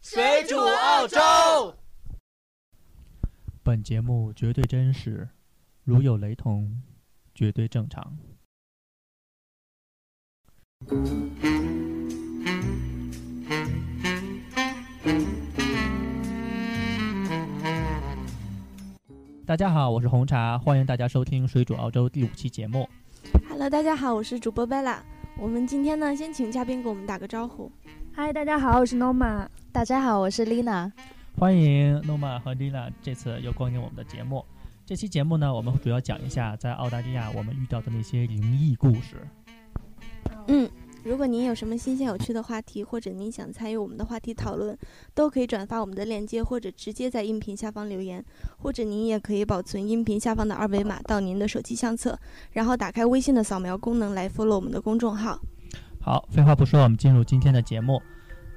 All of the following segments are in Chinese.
水煮澳洲。本节目绝对真实，如有雷同，绝对正常。大家好，我是红茶，欢迎大家收听《水煮澳洲》第五期节目。 Hello，大家好，我是主播贝拉。我们今天呢，先请嘉宾给我们打个招呼。嗨，大家好，我是 Norma。大家好，我是 Lina。欢迎 Noma 和 Lina 这次又光临我们的节目。这期节目呢，我们主要讲一下在澳大利亚我们遇到的那些灵异故事。嗯，如果您有什么新鲜有趣的话题，或者您想参与我们的话题讨论，都可以转发我们的链接，或者直接在音频下方留言，或者您也可以保存音频下方的二维码到您的手机相册，然后打开微信的扫描功能来 follow 我们的公众号。好，废话不说，我们进入今天的节目。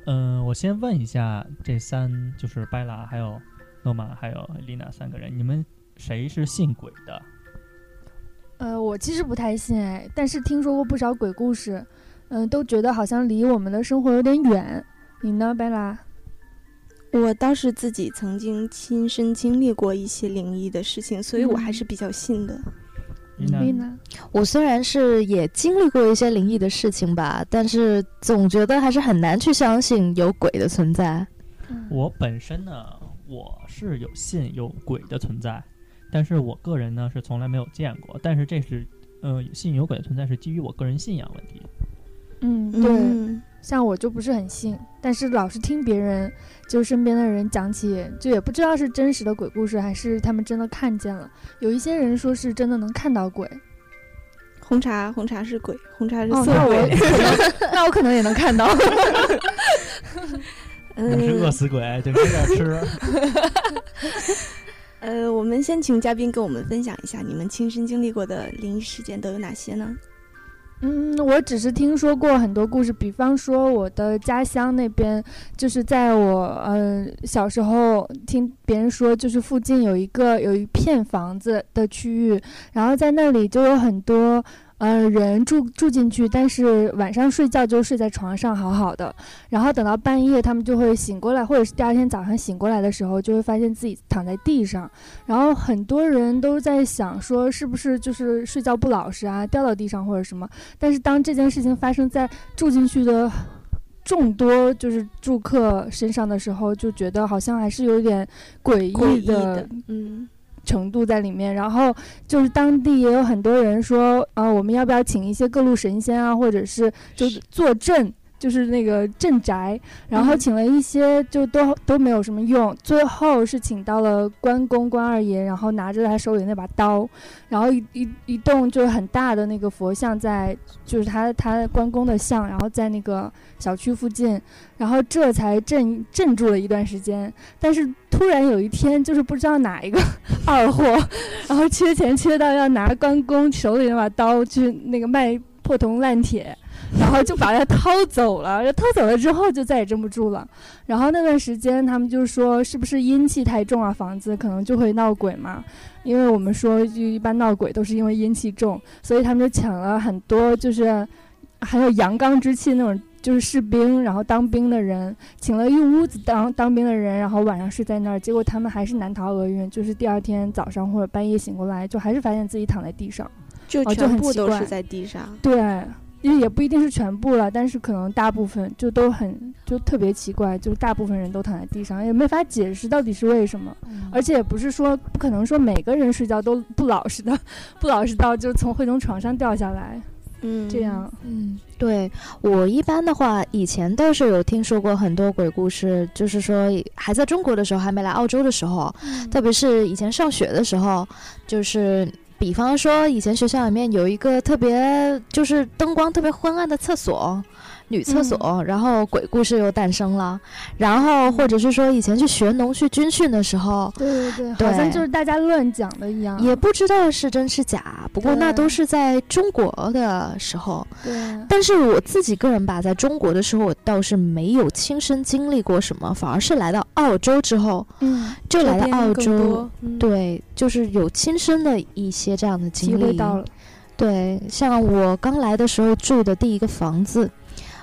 嗯，我先问一下这三，就是白拉、还有诺玛、还有丽娜三个人，你们谁是信鬼的？呃，我其实不太信哎，但是听说过不少鬼故事，嗯、都觉得好像离我们的生活有点远。你呢，贝拉？我倒是自己曾经亲身经历过一些灵异的事情，所以我还嗯是比较信的。嗯丽娜，你呢？我虽然是也经历过一些灵异的事情吧，但是总觉得还是很难去相信有鬼的存在。嗯我本身呢，我是有信有鬼的存在，但是我个人呢是从来没有见过。但是这是，嗯，有信有鬼的存在是基于我个人信仰问题。嗯，对，嗯像我就不是很信，但是老是听别人，就身边的人讲起，就也不知道是真实的鬼故事还是他们真的看见了。有一些人说是真的能看到鬼，红茶，红茶是鬼，红茶是哦色鬼。 那我可能也能看到。我是嗯饿死鬼，就没点吃。呃，我们先请嘉宾跟我们分享一下你们亲身经历过的灵异事件都有哪些呢？嗯，我只是听说过很多故事，比方说我的家乡那边，就是在我呃小时候听别人说，就是附近有一个有一片房子的区域，然后在那里就有很多呃人住住进去，但是晚上睡觉就睡在床上好好的，然后等到半夜他们就会醒过来，或者是第二天早上醒过来的时候，就会发现自己躺在地上，然后很多人都在想说是不是就是睡觉不老实啊，掉到地上或者什么。但是当这件事情发生在住进去的众多就是住客身上的时候，就觉得好像还是有一点诡诡异异的的，嗯，程度在里面。然后就是当地也有很多人说啊、我们要不要请一些各路神仙啊，或者是就是坐镇。就是那个镇宅，然后嗯请了一些，就都都没有什么用。最后是请到了关公、关二爷，然后拿着他手里那把刀，然后一一一栋就是很大的那个佛像在，就是他他关公的像，然后在那个小区附近，然后这才镇镇住了一段时间。但是突然有一天，就是不知道哪一个二货， 然后缺钱缺到要拿关公手里那把刀去那个卖破铜烂铁，然后就把他掏走了。然后掏走了之后就再也镇不住了。然后那段时间他们就说，是不是阴气太重啊，房子可能就会闹鬼嘛？因为我们说就一般闹鬼都是因为阴气重，所以他们就请了很多就是很有阳刚之气那种。就是士兵，然后当兵的人，请了一屋子当当兵的人，然后晚上睡在那儿，结果他们还是难逃厄运，就是第二天早上或者半夜醒过来，就还是发现自己躺在地上。就哦就全很部奇都是怪在地上。对，因为也不一定是全部了，但是可能大部分就都很就特别奇怪，就是大部分人都躺在地上，也没法解释到底是为什么。嗯而且也不是说不可能说每个人睡觉都不老实的， 不老实到就从会从床上掉下来嗯，这样。嗯，对我一般的话，以前倒是有听说过很多鬼故事，就是说还在中国的时候，还没来澳洲的时候，特别是以前上学的时候，就是比方说以前学校里面有一个特别就是灯光特别昏暗的厕所。女厕所，然后鬼故事又诞生了，然后或者是说以前去学农去军训的时候，对对对，好像对就是大家乱讲的一样。也不知道是真是假，不过那嗯对都是在中国的时候，对，但是我自己个人吧，在中国的时候，我倒是没有亲身经历过什么，反而是来到澳洲之后，嗯，就来到澳洲，，嗯、对，就是有亲身的一些这样的体经会历。到了。对，像我刚来的时候住的第一个房子，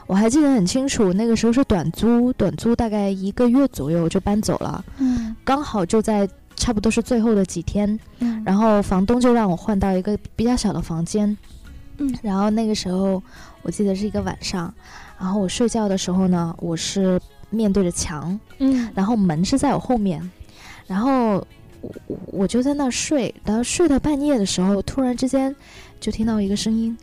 我还记得很清楚，那个时候是短租，短租大概一个月左右就搬走了，嗯刚好就在差不多是最后的几天，嗯然后房东就让我换到一个比较小的房间，嗯然后那个时候我记得是一个晚上，然后我睡觉的时候呢，我是面对着墙，嗯然后门是在我后面，然后我我我就在那儿睡，然后睡到半夜的时候，突然之间就听到一个声音，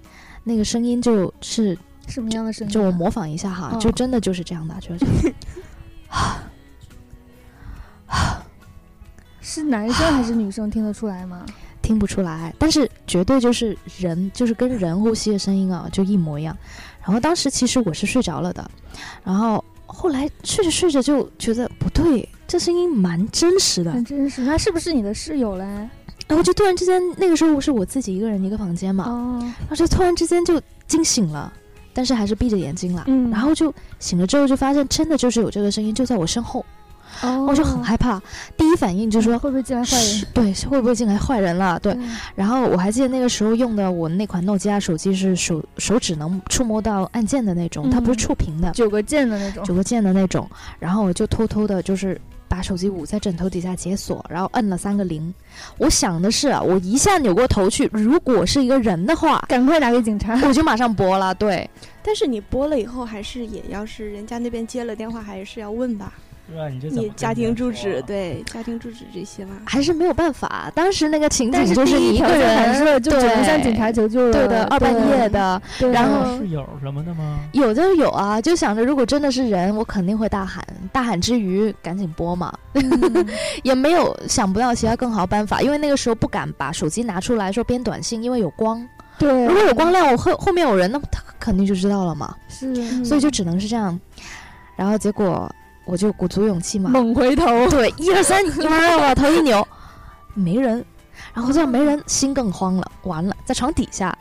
那个声音就是什么样的声音啊？就我模仿一下哈，嗯就真的就是这样的，就是这样是男生还是女生听得出来吗？听不出来，但是绝对就是人，就是跟人呼吸的声音啊，就一模一样。然后当时其实我是睡着了的，然后后来睡着睡着就觉得不对，这声音蛮真实的，很真实，那是不是你的室友嘞？然后就突然之间，那个时候是我自己一个人一个房间嘛，哦，然后就突然之间就惊醒了，但是还是闭着眼睛了。嗯然后就醒了之后就发现真的就是有这个声音就在我身后，哦我就很害怕，第一反应就说。会不会进来嗯坏人嗯是？对，是会不会进来坏人了？对，然后我还记得那个时候用的我那款诺基亚手机是手手指能触摸到按键的那种，它不是嗯触屏的，九个键的那种九。个键的那种。然后我就偷偷的，就是把手机捂在枕头底下解锁，然后摁了三个零。我想的是啊，我一下扭过头去，如果是一个人的 话，赶快打给警察！我就马上拨了。对，但是你播了以后，还是也要是人家那边接了电话，还是要问吧，对啊，你这怎么你跟家人庭家住说址啊，对家庭住址这些嘛。还是没有办法。当时那个情但景是就第是你一一条个件还是人，就只能向警察求救了。对的，二半夜，的，对然有后室友什么的吗？有的有啊，就想着如果真的是人，我肯定会大喊，大喊之余赶紧拨嘛，嗯 也没有想不到其他更好的办法，因为那个时候不敢把手机拿出来说编短信，因为有光，对，如果有光亮，我后后面有人，那他肯定就知道了嘛，是，所以就只能是这样，然后结果我就鼓足勇气嘛，猛回头，对，一二三，妈往头一扭，没人，然后这样没人，心更慌了，完了，在床底下，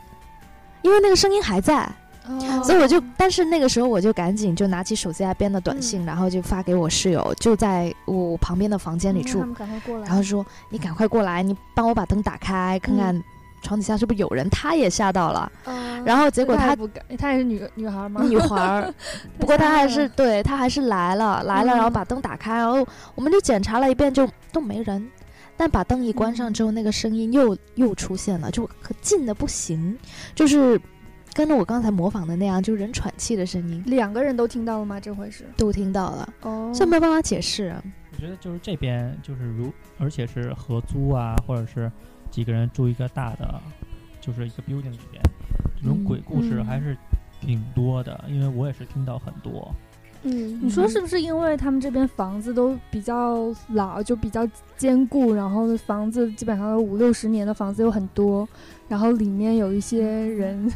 因为那个声音还在。哦所以我就，但是那个时候我就赶紧就拿起手机来啊编的短嗯信，然后就发给我室友，就在我旁边的房间里住，他们赶快过来。然后说你赶快过来，你帮我把灯打开，看嗯看床底下是不是有人。他也吓到了，呃然后结果他他嗯不敢，她也是女女孩吗？女孩儿， 不过他还是对他还是来了，来了，嗯然后把灯打开，然后我们就检查了一遍，就都没人。但把灯一关上嗯之后，那个声音又又出现了，就可近的不行，就是跟着我刚才模仿的那样，就是人喘气的声音。两个人都听到了吗？这回是都听到了，哦这没办法解释。啊我觉得就是这边就是如，而且是合租啊，或者是几个人住一个大的，就是一个 building 里边，这种嗯鬼故事嗯还是挺多的，因为我也是听到很多。嗯，你说是不是因为他们这边房子都比较老，就比较坚固，然后房子基本上都五六十年的房子有很多，然后里面有一些嗯人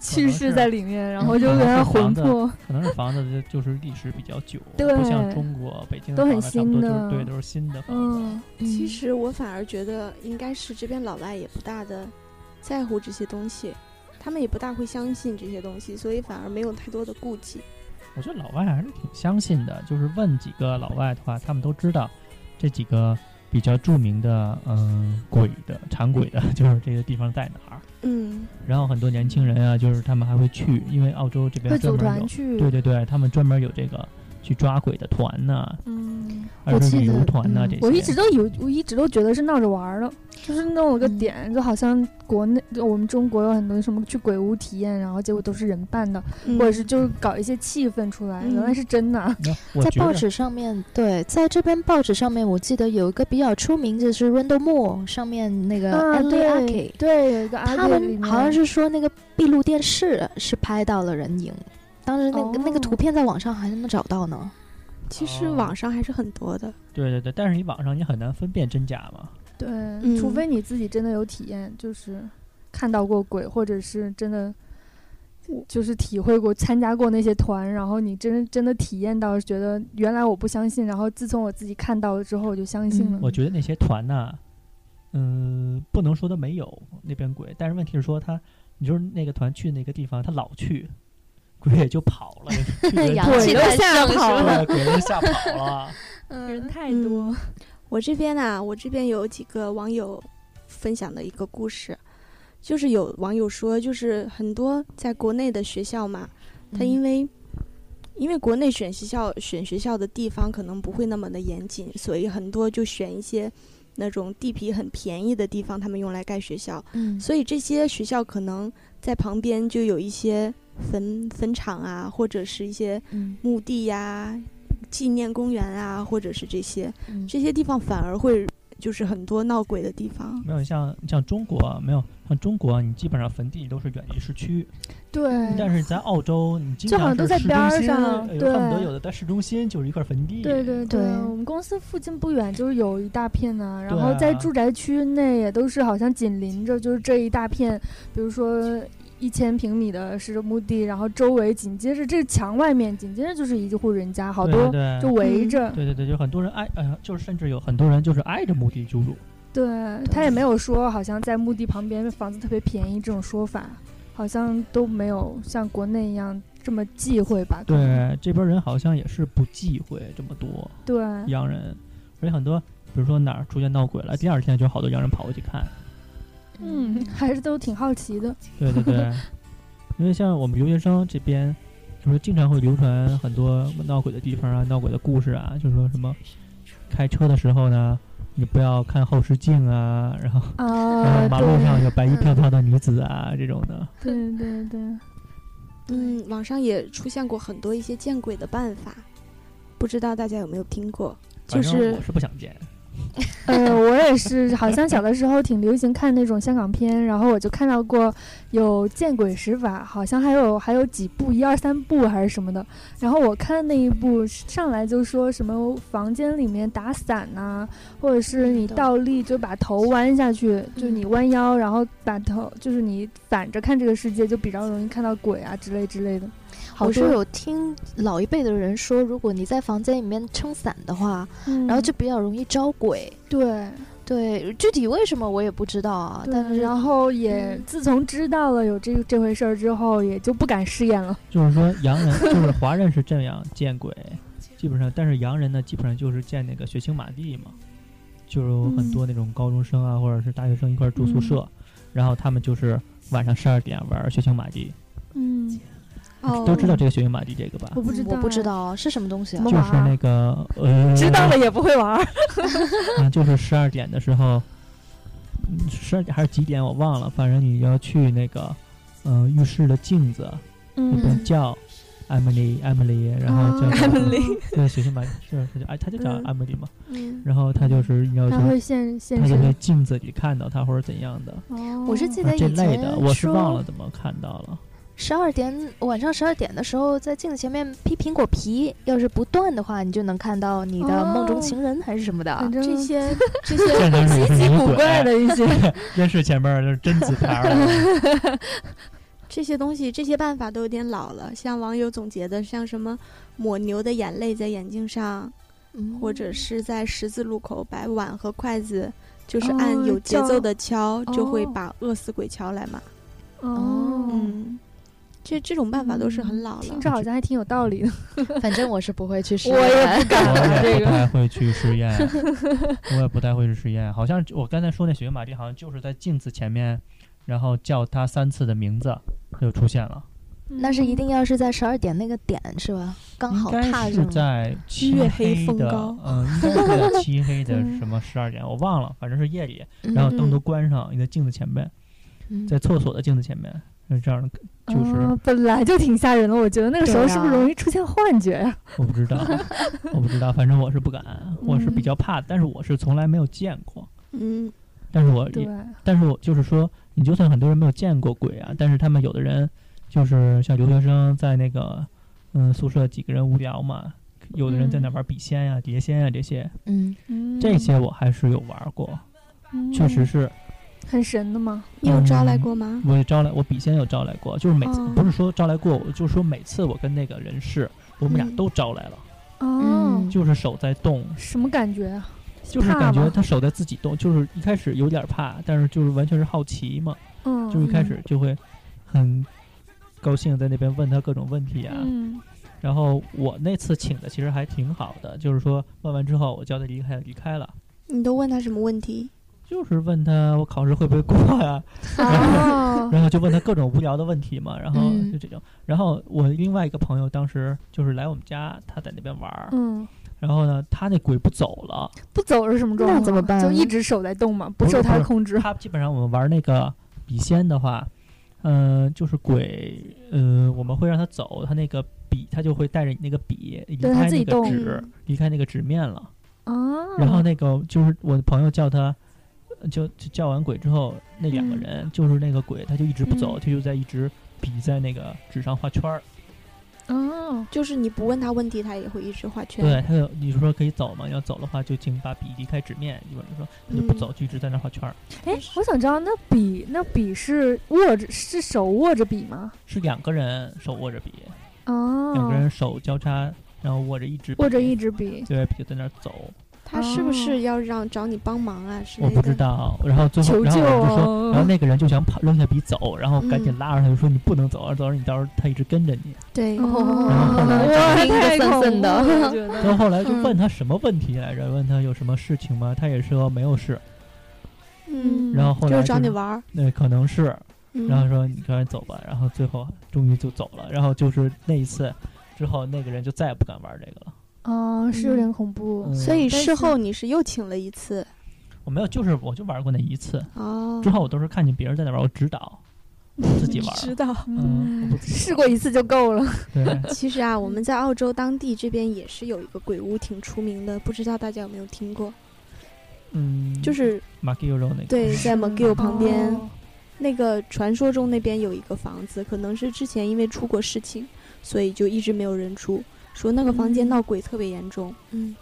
去世在里面，然后就有点魂魄，可能是房子就就是历史比较久，对不像中国北京的都很房子差不多新就的是对都是新的房子。嗯，其实我反而觉得应该是这边老外也不大的在乎这些东西，他们也不大会相信这些东西，所以反而没有太多的顾忌。我觉得老外还是挺相信的，就是问几个老外的话，他们都知道这几个比较著名的嗯、鬼的产鬼的， 就是这个地方在哪儿。嗯然后很多年轻人啊，就是他们还会去，因为澳洲啊这会边专组门团有，去，对对对，他们专门有这个去抓鬼的团呐、嗯，还有我记旅得游团呐、嗯这些。我一直都有，我一直都觉得是闹着玩儿的，就是弄了个嗯点，就好像国内就我们中国有很多什么去鬼屋体验，然后结果都是人办的，嗯或者是就是搞一些气氛出来，嗯原来是真的。那我在觉报得纸上面，对，在这边报纸上面，我记得有一个比较出名，就是 Random Moore 上面那个 a 啊， l l 对 a k 对，有一个阿他里里们面好像是说那个闭路电视是拍到了人影，当时那个、那个哦图片在网上还能找到呢。其实哦网上还是很多的。对对对，但是你网上你很难分辨真假嘛。对，嗯除非你自己真的有体验，就是看到过鬼，或者是真的。嗯就是体会过、参加过那些团，然后你真真的体验到，觉得原来我不相信，然后自从我自己看到了之后，我就相信嗯了。我觉得那些团呐、嗯、不能说他没有那边鬼，但是问题是说他，你就是那个团去那个地方，他老去，鬼也就跑 了，去别的阳地方气鬼都太吓盛是跑吧 了，对，鬼都吓跑了。人太嗯多，我这边啊，我这边有几个网友分享的一个故事，嗯就是有网友说，就是很多在国内的学校嘛，他因为因为国内选学校选学校的地方可能不会那么的严谨，所以很多就选一些那种地皮很便宜的地方，他们用来盖学校。嗯所以这些学校可能在旁边就有一些坟坟场啊，或者是一些嗯墓地呀、纪念公园啊，或者是这些嗯这些地方反而会就是很多闹鬼的地方。没有像像中国啊没有像中国，你基本上坟地都是远离市区，对，但是在澳洲，你经就常好像都是在市边中儿心上哎呦对恨不得有的在市中心就是一块坟地。对对对我们公司附近不远就是有一大片呢、然对后在啊住宅区内也都是好像紧邻着，就是这一大片，比如说一千平米的是墓地，然后周围紧接着这墙外面紧接着就是一户人家，好对多对嗯就围着，对对对，就很多人挨呃，就是甚至有很多人就是挨着墓地居住。对他也没有说好像在墓地旁边房子特别便宜这种说法，好像都没有像国内一样这么忌讳吧？可能对，这边人好像也是不忌讳这么多对，洋人，而且很多，比如说哪儿出现闹鬼了，第二天就有好多洋人跑过去看。嗯，还是都挺好奇的， 对对对，因为像我们留学生这边，就是经常会流传很多闹鬼的地方啊、闹鬼的故事啊，就是说什么开车的时候呢，你不要看后视镜啊，然后、啊，马路上有白衣飘飘的女子啊这种的。对对对对。嗯，网上也出现过很多一些见鬼的办法，不知道大家有没有听过？就反正是我是不想见。呃，我也是，好像小的时候挺流行看那种香港片，然后我就看到过有见鬼使法，好像还有还有几部，一二三部还是什么的。然后我看那一部上来就说什么房间里面打伞呐、或者是嗯你对倒立就把头弯下去，就嗯你弯腰，然后把头就是你反着看这个世界，就比较容易看到鬼啊之类之类的。好我是多，有听老一辈的人说，如果你在房间里面撑伞的话，嗯然后就比较容易招鬼。对。对，具体为什么我也不知道啊，但对，是然后也自从知道了有这这回事儿之后，也就不敢试验了。就是说洋人， 就是华人是这样见鬼，基本上，但是洋人呢，基本上就是见那个血腥玛丽嘛，就是有很嗯多那种高中生啊，或者是大学生一块儿住宿舍，然后他们就是晚上十二点玩血腥玛丽，嗯，哦都知道这个血腥玛丽这个吧？我不知嗯道，哎我不知。道是什么东西啊怎。么就是那个呃，知道了也不会玩儿。啊，就是十二点的时候，十二点还是几点我忘了，反正你要去那个嗯、呃浴室的镜子那边嗯，叫 Emily Emily，然后叫哦做 Emily 对血腥玛丽是是哎，他就叫嗯 Emily 嘛。嗯，然后他就是你要他说会现现他就会身。镜子里看到他或者怎样的，哦我是记啊得这以类前的，我是忘说了怎么看到了。十二点晚上十二点的时候，在镜子前面劈苹果皮，要是不断的话，你就能看到你的梦哦中情人还是什么的。啊反正这些这现 些场是 稀奇女古鬼怪的一些。 电视前面就是真字牌儿这些东西这些办法都有点老了，像网友总结的，像什么抹牛的眼泪在眼睛上，嗯或者 是在十字路口摆碗和筷子，就是哦按有节叫奏的敲，就会哦把饿死鬼敲来嘛。哦，嗯，这这种办法都是很老了嗯听。着好像还挺有道理的。反正我是不 会去试我验的。也不敢 我也这不个。太会去实 验，我也不太会去实验。好像我刚才说那血腥玛丽，好像就是在镜子前面，然后叫他三次的名字，他就出现了。嗯那是一定要是在十二点那个点是吧？刚应好踏该是上了。在漆月黑黑风的高，嗯，应该是 在漆黑的嗯什么十二点，我忘了，反正是夜里，嗯然后灯嗯都关上，你在镜子前面，嗯在厕所的镜子前面，是这样的， 就是、哦本来就挺吓人的，我觉得那个时候对啊是不是容易出现幻觉呀？我不知道，我不知道，反正我是不敢， 我是比嗯较怕，但是我是从来没有见过，嗯，但是我对也，，但是我就是说，你就算很多人没有见过鬼啊，但是他们有的人就是像留学生在那个嗯宿舍几个人无聊嘛，有的人在那嗯玩笔仙呀、碟仙呀这些，嗯，这些我还是有玩过，嗯确实是很神的嘛。你有招来嗯过吗？我也招来，我笔仙有招来过，就是每次、哦不是说招来过，我就是说每次我跟那个人是，我们俩嗯都招来了，哦嗯，就是手在动，什么感觉啊？就是怕感觉吗他手在自己动，就是一开始有点怕，但是就是完全是好奇嘛，嗯，就是一开始就会很高兴在那边问他各种问题啊。 嗯然后我那次请的其实还挺好的，就是说问完之后我叫他离开，离开了。你都问他什么问题？就是问他我考试会不会过呀、 哦，然后就问他各种无聊的问题嘛，然后嗯就这种。然后我另外一个朋友当时就是来我们家，他在那边玩儿， 嗯，然后呢，他那鬼不走了，不走是什么状况？啊那怎么办就一直手在动嘛，不不是受他不的是控制。他基本上我们玩那个笔仙的话，嗯，就是鬼，呃，我们会让他走，他那个笔他就会带着你那个笔离对他开自己那个动纸，离开那个纸面了。哦，然后那个就是我的朋友叫他，呃就就叫完鬼之后，那两个嗯人就是那个鬼，他就一直不走，嗯他就在一直笔在那个纸上画圈儿。哦，就是你不问他问题，他也会一直画圈。对，他就你就说可以走嘛，要走的话就请把笔离开纸面，一会儿就说他就不嗯走，就一直在那画圈儿。哎，我想知道那笔那笔是握着是手握着笔吗？是两个人手握着笔，嗯哦，两个人手交叉，然后握着一支笔，握着一支笔，对笔在那儿走，他是不哦是要让找你帮忙啊之类我的？啊不知道。然后最后，求然救后我就说，然后哦！那个人就想跑扔下笔走，然后赶紧嗯拉着他，就说你不能走，啊走着你到时候他一直跟着你。对，哦哦然后呢哇听着太森恐森怖的了我觉嗯然后得后来就问他什么问题来着？问他有什么事情吗？他也说没有事。嗯，然后后就来是找你是玩儿。那可能是，嗯然后说你赶紧走吧，然后最后终于就走了。然后就是那一次之后，那个人就再也不敢玩这个了。哦，是有点恐怖嗯所以但事是后你是又请了一次我没有，就是我就玩过那一次，哦，之后我都是看见别人在那玩，我指导，我自己玩。知道。嗯，我不自己试玩过一次就够了。对， 其实啊，我嗯们在澳洲当地这边也是有一个鬼屋挺出名的，不知道大家有没有听过？嗯，就是马奎肉那个，对，在 McGill 旁边、哦那个传说中那边有一个房子，可能是之前因为出过事情，所以就一直没有人住。说那个房间嗯闹鬼特别严重，嗯，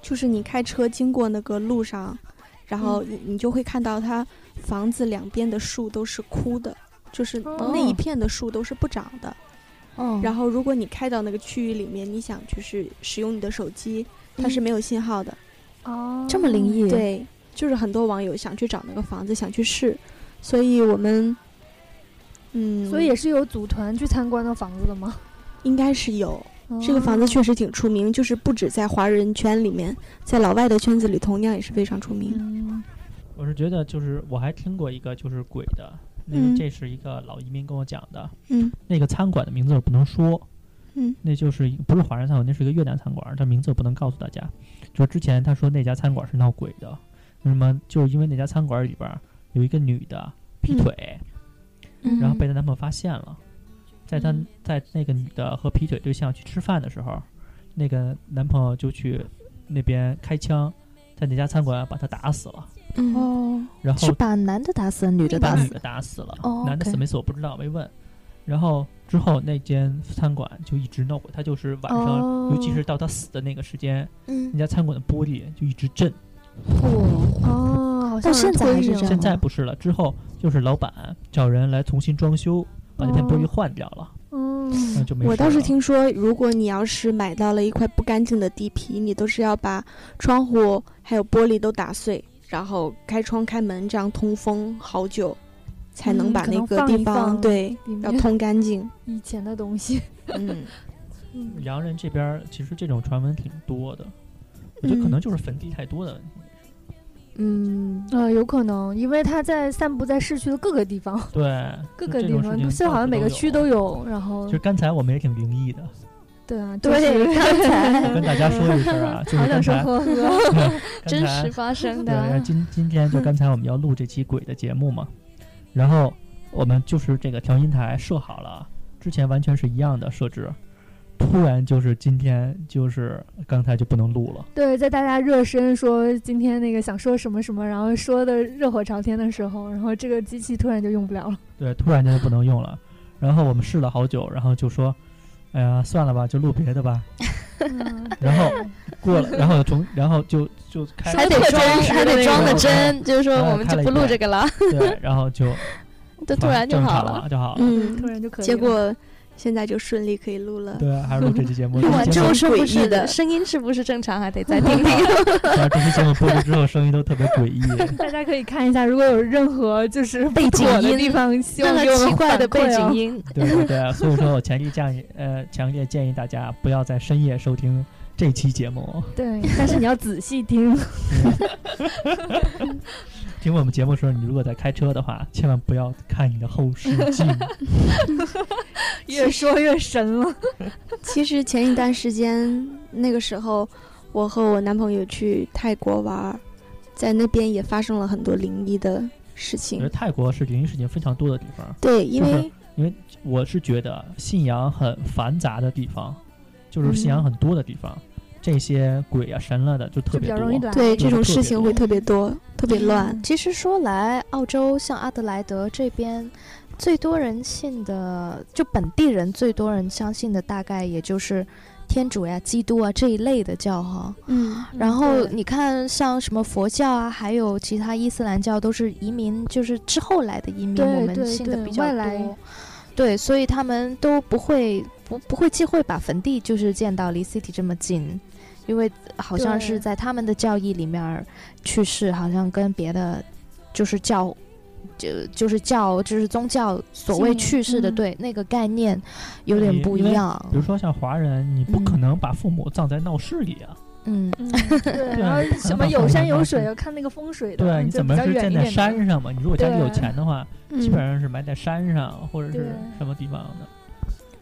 就是你开车经过那个路上，然后你你就会看到它房子两边的树都是枯的，就是哦那一片的树都是不长的。哦，然后如果你开到那个区域里面，你想就是使用你的手机，它是没有信号的。哦，这么灵异，，对，就是很多网友想去找那个房子，想去试，所以我们，嗯，所以也是有组团去参观的房子的吗？应该是有。这个房子哦确实挺出名，就是不止在华人圈里面，在老外的圈子里同样也是非常出名。嗯我是觉得就是我还听过一个就是鬼的，那嗯个这是一个老移民跟我讲的，嗯那个餐馆的名字我不能说，嗯那就是一不是华人餐馆，那是一个越南餐馆，但名字我不能告诉大家。就是之前他说那家餐馆是闹鬼的，那么就是因为那家餐馆里边儿有一个女的劈腿，嗯然后被她男朋友发现了，在她在那个女的和劈腿对象去吃饭的时候，那个男朋友就去那边开枪，在那家餐馆把她打死了，嗯哦，然是后把男的打死，女的把打女死，的打死了，哦男的 OK 死没死我不知道，没问。然后之后那间餐馆就一直闹鬼，他就是晚上，哦尤其是到他死的那个时间，嗯那家餐馆的玻璃就一直震。哦，哦，好像到现在还是有人这样推现理在不是了，之后就是老板找人来重新装修，把那片哦玻璃换掉了，嗯那就没事了。我倒是听说，如果你要是买到了一块不干净的地皮，你都是要把窗户还有玻璃都打碎，然后开窗开门，这样通风好久，才能嗯把可那能个放地一方放对里要面通干 净。以前的东西，嗯，嗯洋人这边儿其实这种传闻挺多的，我觉得可嗯能就是坟地太多的问题。嗯，呃，有可能，因为它在散布在市区的各个地方，对，各就个这地种方，事情不是好像每个区都有。啊有，然后其实刚才我们也挺灵异 的，对啊，就 是对，刚 我才跟大家说一声啊，就是好想刚说才呵呵，刚真才实发生对，然后的，今今天就刚才我们要录这期鬼的节目嘛，然后我们就是这个调音台设好了，之前完全是一样的设置，突然就是今天就是刚才就不能录了， 对，在大家热身说今天那个想说什么什么，然后说的热火朝天的时候，然后这个机器突然就用不了了。对，突然间就不能用了，然后我们试了好久，然后就说，哎呀，算了吧，就录别的吧，然后 过了，然后重，然后就就开，还得特装，真实还的得那装的种真，就是说嗯我们看就了不一录遍这个了，对，然后就就 突然就正好常了。了就好了，嗯， 突嗯，然就可以了。结果现在就顺利可以录了。对，还是录这期 节目，哇，这期这节目么说不诡是异的声音是不是正常？还得 再听听。对这期节目播出之后声音都特别诡异。大家可以看一下，如果有任何就是背景不妥的音地方，希那望给我个们奇怪的反馈背哦景。音，对对对，所以说我强烈建议，呃，强烈建议大家不要在深夜收听这期节目。对，但是你要仔细听。听我们节目的时候，你如果在开车的话，千万不要看你的后视镜。越说越神了。其实前一段时间，那个时候我和我男朋友去泰国玩儿，在那边也发生了很多灵异的我觉事得情。泰国是灵异事情非常多的地方，对，因就是为 我是觉得信仰很繁杂的地方，就是信仰很多的地方，这些鬼啊神了的就特就比别较多。容易来。对这个这种特事别情会多特别多，特别乱。其实说来，澳洲像阿德莱德这边，最多人信的，就本地人最多人相信的，大概也就是天主呀、基督啊这一类的教哈。嗯，然后对你看，像什么佛教啊，还有其他伊斯兰教，都是移民，就是之后来的移民，对我们对信的对比较外来多。对，所以他们都不会不不会忌讳把坟地就是建到离 city 这么近，因为好像对是在他们的教义里面儿，去世好像跟别的就是教就就是教就是宗教所谓信仰去世的、嗯对那个概念有点因不因一为样。比如说像华人，你不可嗯能把父母葬在闹市里啊，嗯， 对，对然后很什麻么有烦山很有麻水，烦要看那个风水的，对，你就怎比么较是远建一在点的山上嘛？你如果家里有对钱的话，基嗯本上是埋在山上或者对是什么地方的。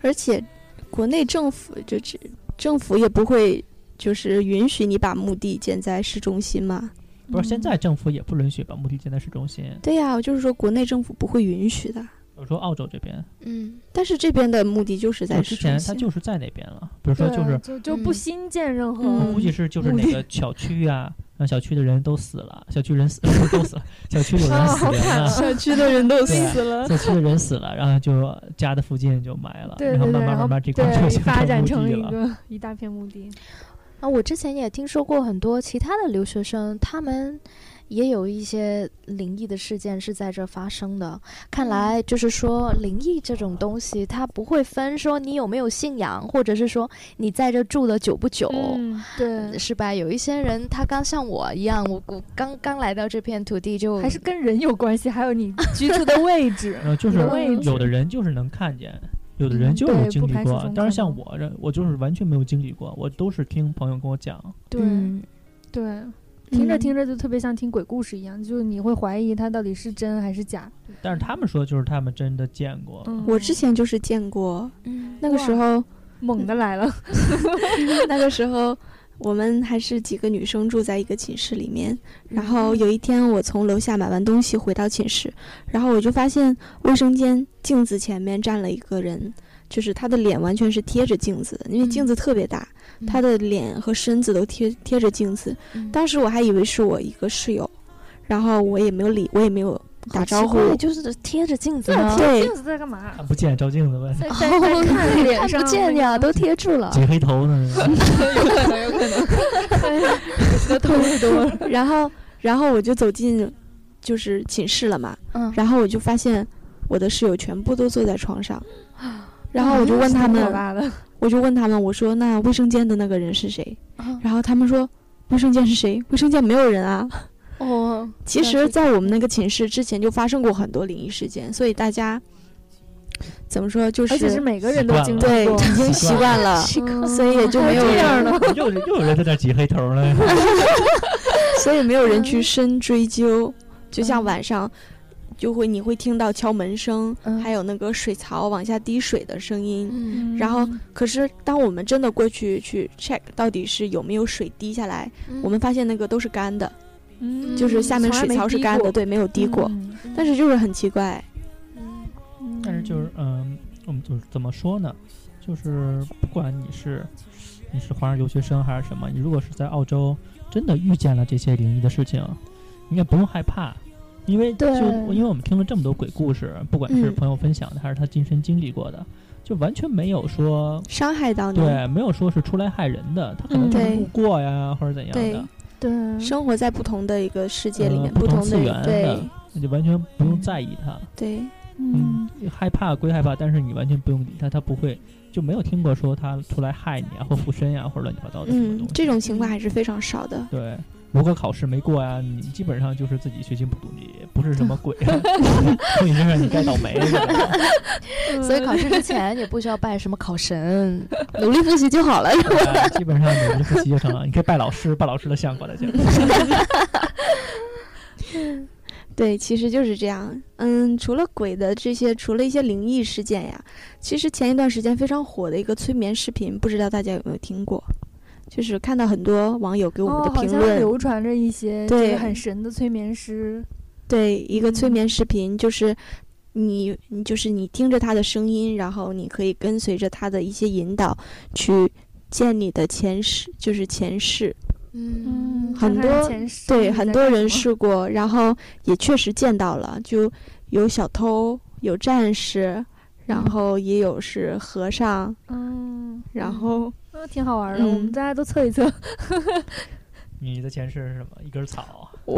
而且国内政府就只政府也不会就是允许你把墓地建在市中心嘛。嗯不是现在政府也不允许把墓地建在市中心，对呀、我就是说国内政府不会允许的。比如说澳洲这边，嗯，但是这边的墓地就是在就市之中前它心，就是在那边了，比如说对，就是就就不嗯新建任何，我 嗯估计是就是目哪的个小区啊，让小区的人都死 了，小区人死不是都死了，小区有人死人了，小区的人都对啊了。 小区的人死了，然后就家的附近就埋了，对然后对对，慢慢然后慢慢这对块就形发展成成墓地一了。个一大片墓地，啊，我之前也听说过很多其他的留学生，他们也有一些灵异的事件是在这发生的。看来就是说，灵异这种东西，它不会分说你有没有信仰，或者是说你在这住的久不久。嗯，对，哦是吧？有一些人，他刚像我一样，我我刚刚来到这片土地就还是跟人有关系，还有你居住的位置 然，后就是有位置有的人就是能看见，有的人嗯就对有不经历排除过风，但是险像我这，我就是完全没有经历过，我都是听朋友跟我讲，对嗯对，听着听着，着就特别像听鬼故事一样，就是你会怀疑它到底是真还是假。但是他们说就是他们真的见过，嗯，我之前就是见过，嗯那个时候 猛的来了， 那个时候我们还是几个女生住在一个寝室里面，嗯然后有一天我从楼下买完东西回到寝室，然后我就发现卫生间镜子前面站了一个人，就是他的脸完全是贴着镜子的，因为镜嗯子特别大，他的脸和身子都贴贴着镜子。嗯当时我还以为是我一个室友，然后我也没有理，我也没有打招呼好奇。怪就是贴着镜子对啊，呢，贴对镜子在干嘛？看不见照镜子问，在在在看脸看上不见呀，都贴住了。嘴黑头呢，有可能，有可能，那透露多 了。然后，然后我就走进就是寝室了嘛，嗯，然后我就发现我的室友全部都坐在床 上，然后我就问他可们，怕的，我就问他们，我说那卫生间的那个人是谁？啊然后他们说卫生间是谁？卫生间没有人 啊。哦，其实，在我们那个寝室之前就发生过很多灵异事件，所以大家怎么说就而且是是每个人都经历对 过，已经习惯了，嗯所以也就没有 这 样人，了。又又有人在那挤黑头 了。所以没有人嗯去深追究。就像晚上，就会你会听到敲门声，嗯还有那个水槽往下滴水的声音。嗯然后可是当我们真的过去去 check 到底是有没有水滴下来，嗯我们发现那个都是干的，嗯就是下面水槽是干的，，对，没有滴过。嗯但是就是很奇怪，嗯嗯但是就是嗯，我们就是怎么说呢？就是不管你是你是华人留学生还是什么，你如果是在澳洲真的遇见了这些灵异的事情，应该不用害怕，因为就对因为我们听了这么多鬼故事，不管是嗯朋友分享的还是他亲身经历过的，就完全没有说。伤害到你。对，没有说是出来害人的，他可能嗯就是对路过呀，或者怎样对的，对，生活在不同的一个世界里呃面，不同次的一元对的，那就完全不用在意他。对，嗯嗯，害怕归害怕，但是你完全不用理他，他不会就没有听过说他出来害你啊，或附身呀、或者乱七八糟的什么嗯东，西。这种情况还是非常少的。对，如果考试没过呀、你基本上就是自己学习不努力，不是什么鬼、 啊，从你身上你该倒霉了。所以考试之前也不需要拜什么考 神，努力复习就好了。对基本上努力复习 就成了，你可以拜老师，拜老师的相过来讲。对，其实就是这样。嗯，除了鬼的这些，除了一些灵异事件呀，其实前一段时间非常火的一个催眠视频，不知道大家有没有听过？就是看到很多网友给我们哦，的好评像论，流传着一些对就是很神的催眠师，对，一个催嗯眠视频，就是你，你就是你听着他的声音，然后你可以跟随着他的一些引导去见你的前世，就是前世。嗯很看看多前世对，你很在多干人什么试过，然后也确实见到了，就有小偷，有战士，然后也有是和尚，嗯，然后嗯挺好玩的，我们嗯大家都测一测。你的前世是什么？一根 草，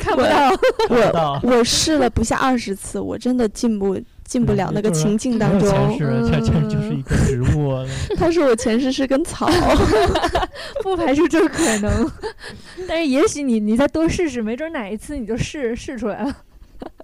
看不到，看不到。我试了不下二十次，我真的进不进不嗯了那个就是情境没当有前中。世，前世就是一个植物。他说我前世是根 草，不排除这个可 能。但是也许你你再多试试，没准哪一次你就试试出来了。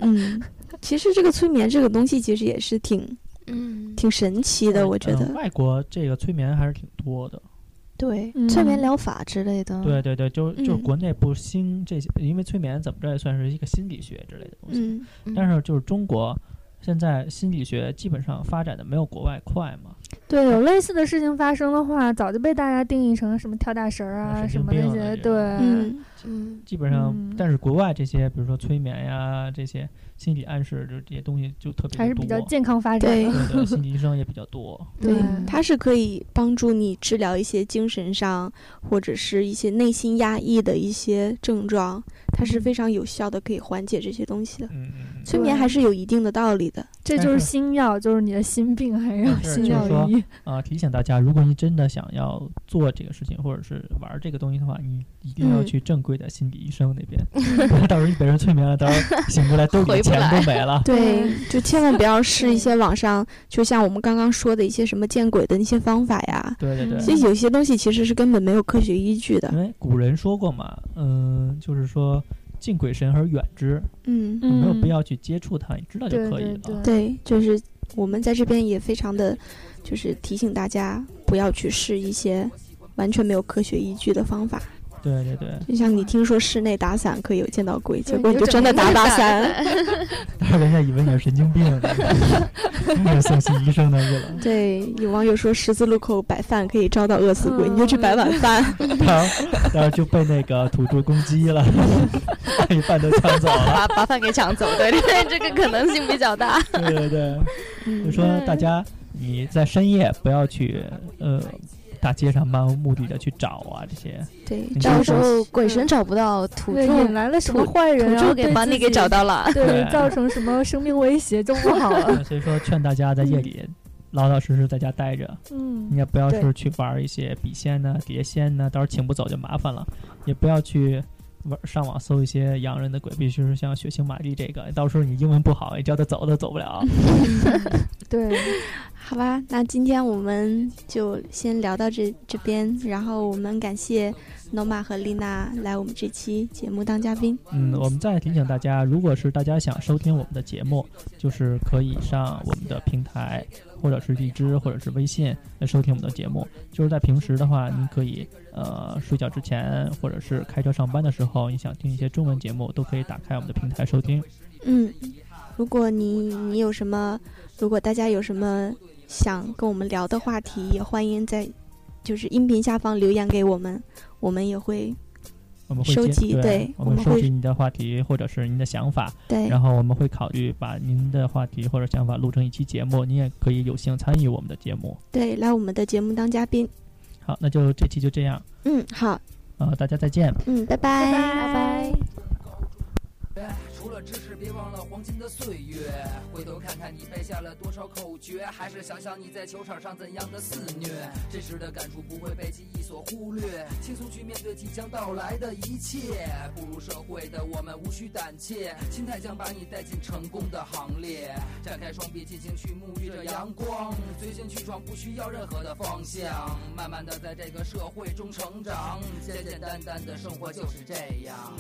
嗯， 其实这个催眠这个东西其实也是挺。嗯，挺神奇的，我觉嗯得。外国这个催眠还是挺多的。 对嗯，催眠疗法之类的，对对对，就是就是嗯国内不兴这些，因为催眠怎么着也算是一个心理学之类的东西。嗯嗯，但是就是中国现在心理学基本上发展的没有国外快嘛，对， 有类似的事情发生的话，早就被大家定义成什么跳大神儿啊，神什经么那病啊些。这种对，嗯嗯基本上，嗯但是国外这些，比如说催眠呀，这些心理暗示，就这些东西就特别还是多比较健康发展对的。对对，心理医生也比较多。 对嗯，它是可以帮助你治疗一些精神上或者是一些内心压抑的一些症状，它是嗯非常有效的，可以缓解这些东西的。嗯嗯嗯。催眠还是有一定的道理的。这但就是是心药，就是你的心病还是要但是心就是药说医。啊、提醒大家，如果你真的想要做这个事情，或者是玩这个东西的话，你一定要嗯去正规的心理医生那边， 不然到时候你被人催眠了，到时候醒过来兜里的回不钱来都没 了。对，嗯就千万不要试对一些网上，就像我们刚刚说的一些什么见鬼的那些方法呀，对对对，其实有些东西其实是根本没有科学依据的因。为古人说过嘛，嗯、就是说敬鬼神而远之，嗯，就没有嗯必要去接触它，你知道就对可以对了。对对，就是我们在这边也非常的，就是提醒大家不要去试一些完全没有科学依据的方法。对对对，就像你听说室内打伞可以有见到鬼，结对果你你就就真的整天打打 打伞。但是人家以为你是神经病 呢，你是送去医生那去了。对，有网友说十字路口摆饭可以招到饿死鬼，你就去摆碗 饭。然后，然后就被那个土著攻击了，把一半都抢 走了。把把饭给抢走，对，这个可能性比较大。对对对，就嗯，说大家你在深夜不要去呃大街上漫无目的的去找啊这些。对，你招到时手候鬼神找不到土对，引著，来了什么土坏人，土然后著给对把自你给己找，到了。对对，造成什么生命威胁 就不好了。所以说，劝大家在夜里老老实实在家待着，你嗯，也不要对是去玩一些笔仙呐、碟仙呐、到时候请不走就麻烦了。也不要去玩上网搜一些洋人的鬼，必须是像血腥玛丽这个，到时候你英文不好，你叫他走都走不了。啊对，好吧，那今天我们就先聊到这这边，然后我们感谢 Noma 和丽娜来我们这期节目当嘉宾。嗯，我们再提醒大家，如果是大家想收听我们的节目，就是可以上我们的平台，或者是荔枝，或者是微信来收听我们的节目。就是在平时的话，你可以呃睡觉之前，或者是开车上班的时候，你想听一些中文节目，都可以打开我们的平台收听。嗯，如果你你有什么，如果大家有什么想跟我们聊的话题，也欢迎在就是音频下方留言给我们，我们也会我们会收接集对我我们们收会集你的话题或者是您的想法，对然后我们会考虑把您的话题或者想法录成一期节目，您也可以有幸参与我们的节目。对来我们的节目当嘉宾。好，那就这期就这样，嗯，好，呃，大家再见。嗯，拜拜，拜拜。除了知识，别忘了黄金的岁月。回头看看你背下了多少口诀，还是想想你在球场上怎样的肆虐。真实的感触不会被记忆所忽略，轻松去面对即将到来的一切。步入社会的我们无需胆怯，心态将把你带进成功的行列。展开双臂，尽情去沐浴着阳光，随心去闯，不需要任何的方向。慢慢的在这个社会中成长，简简单单的生活就是这样。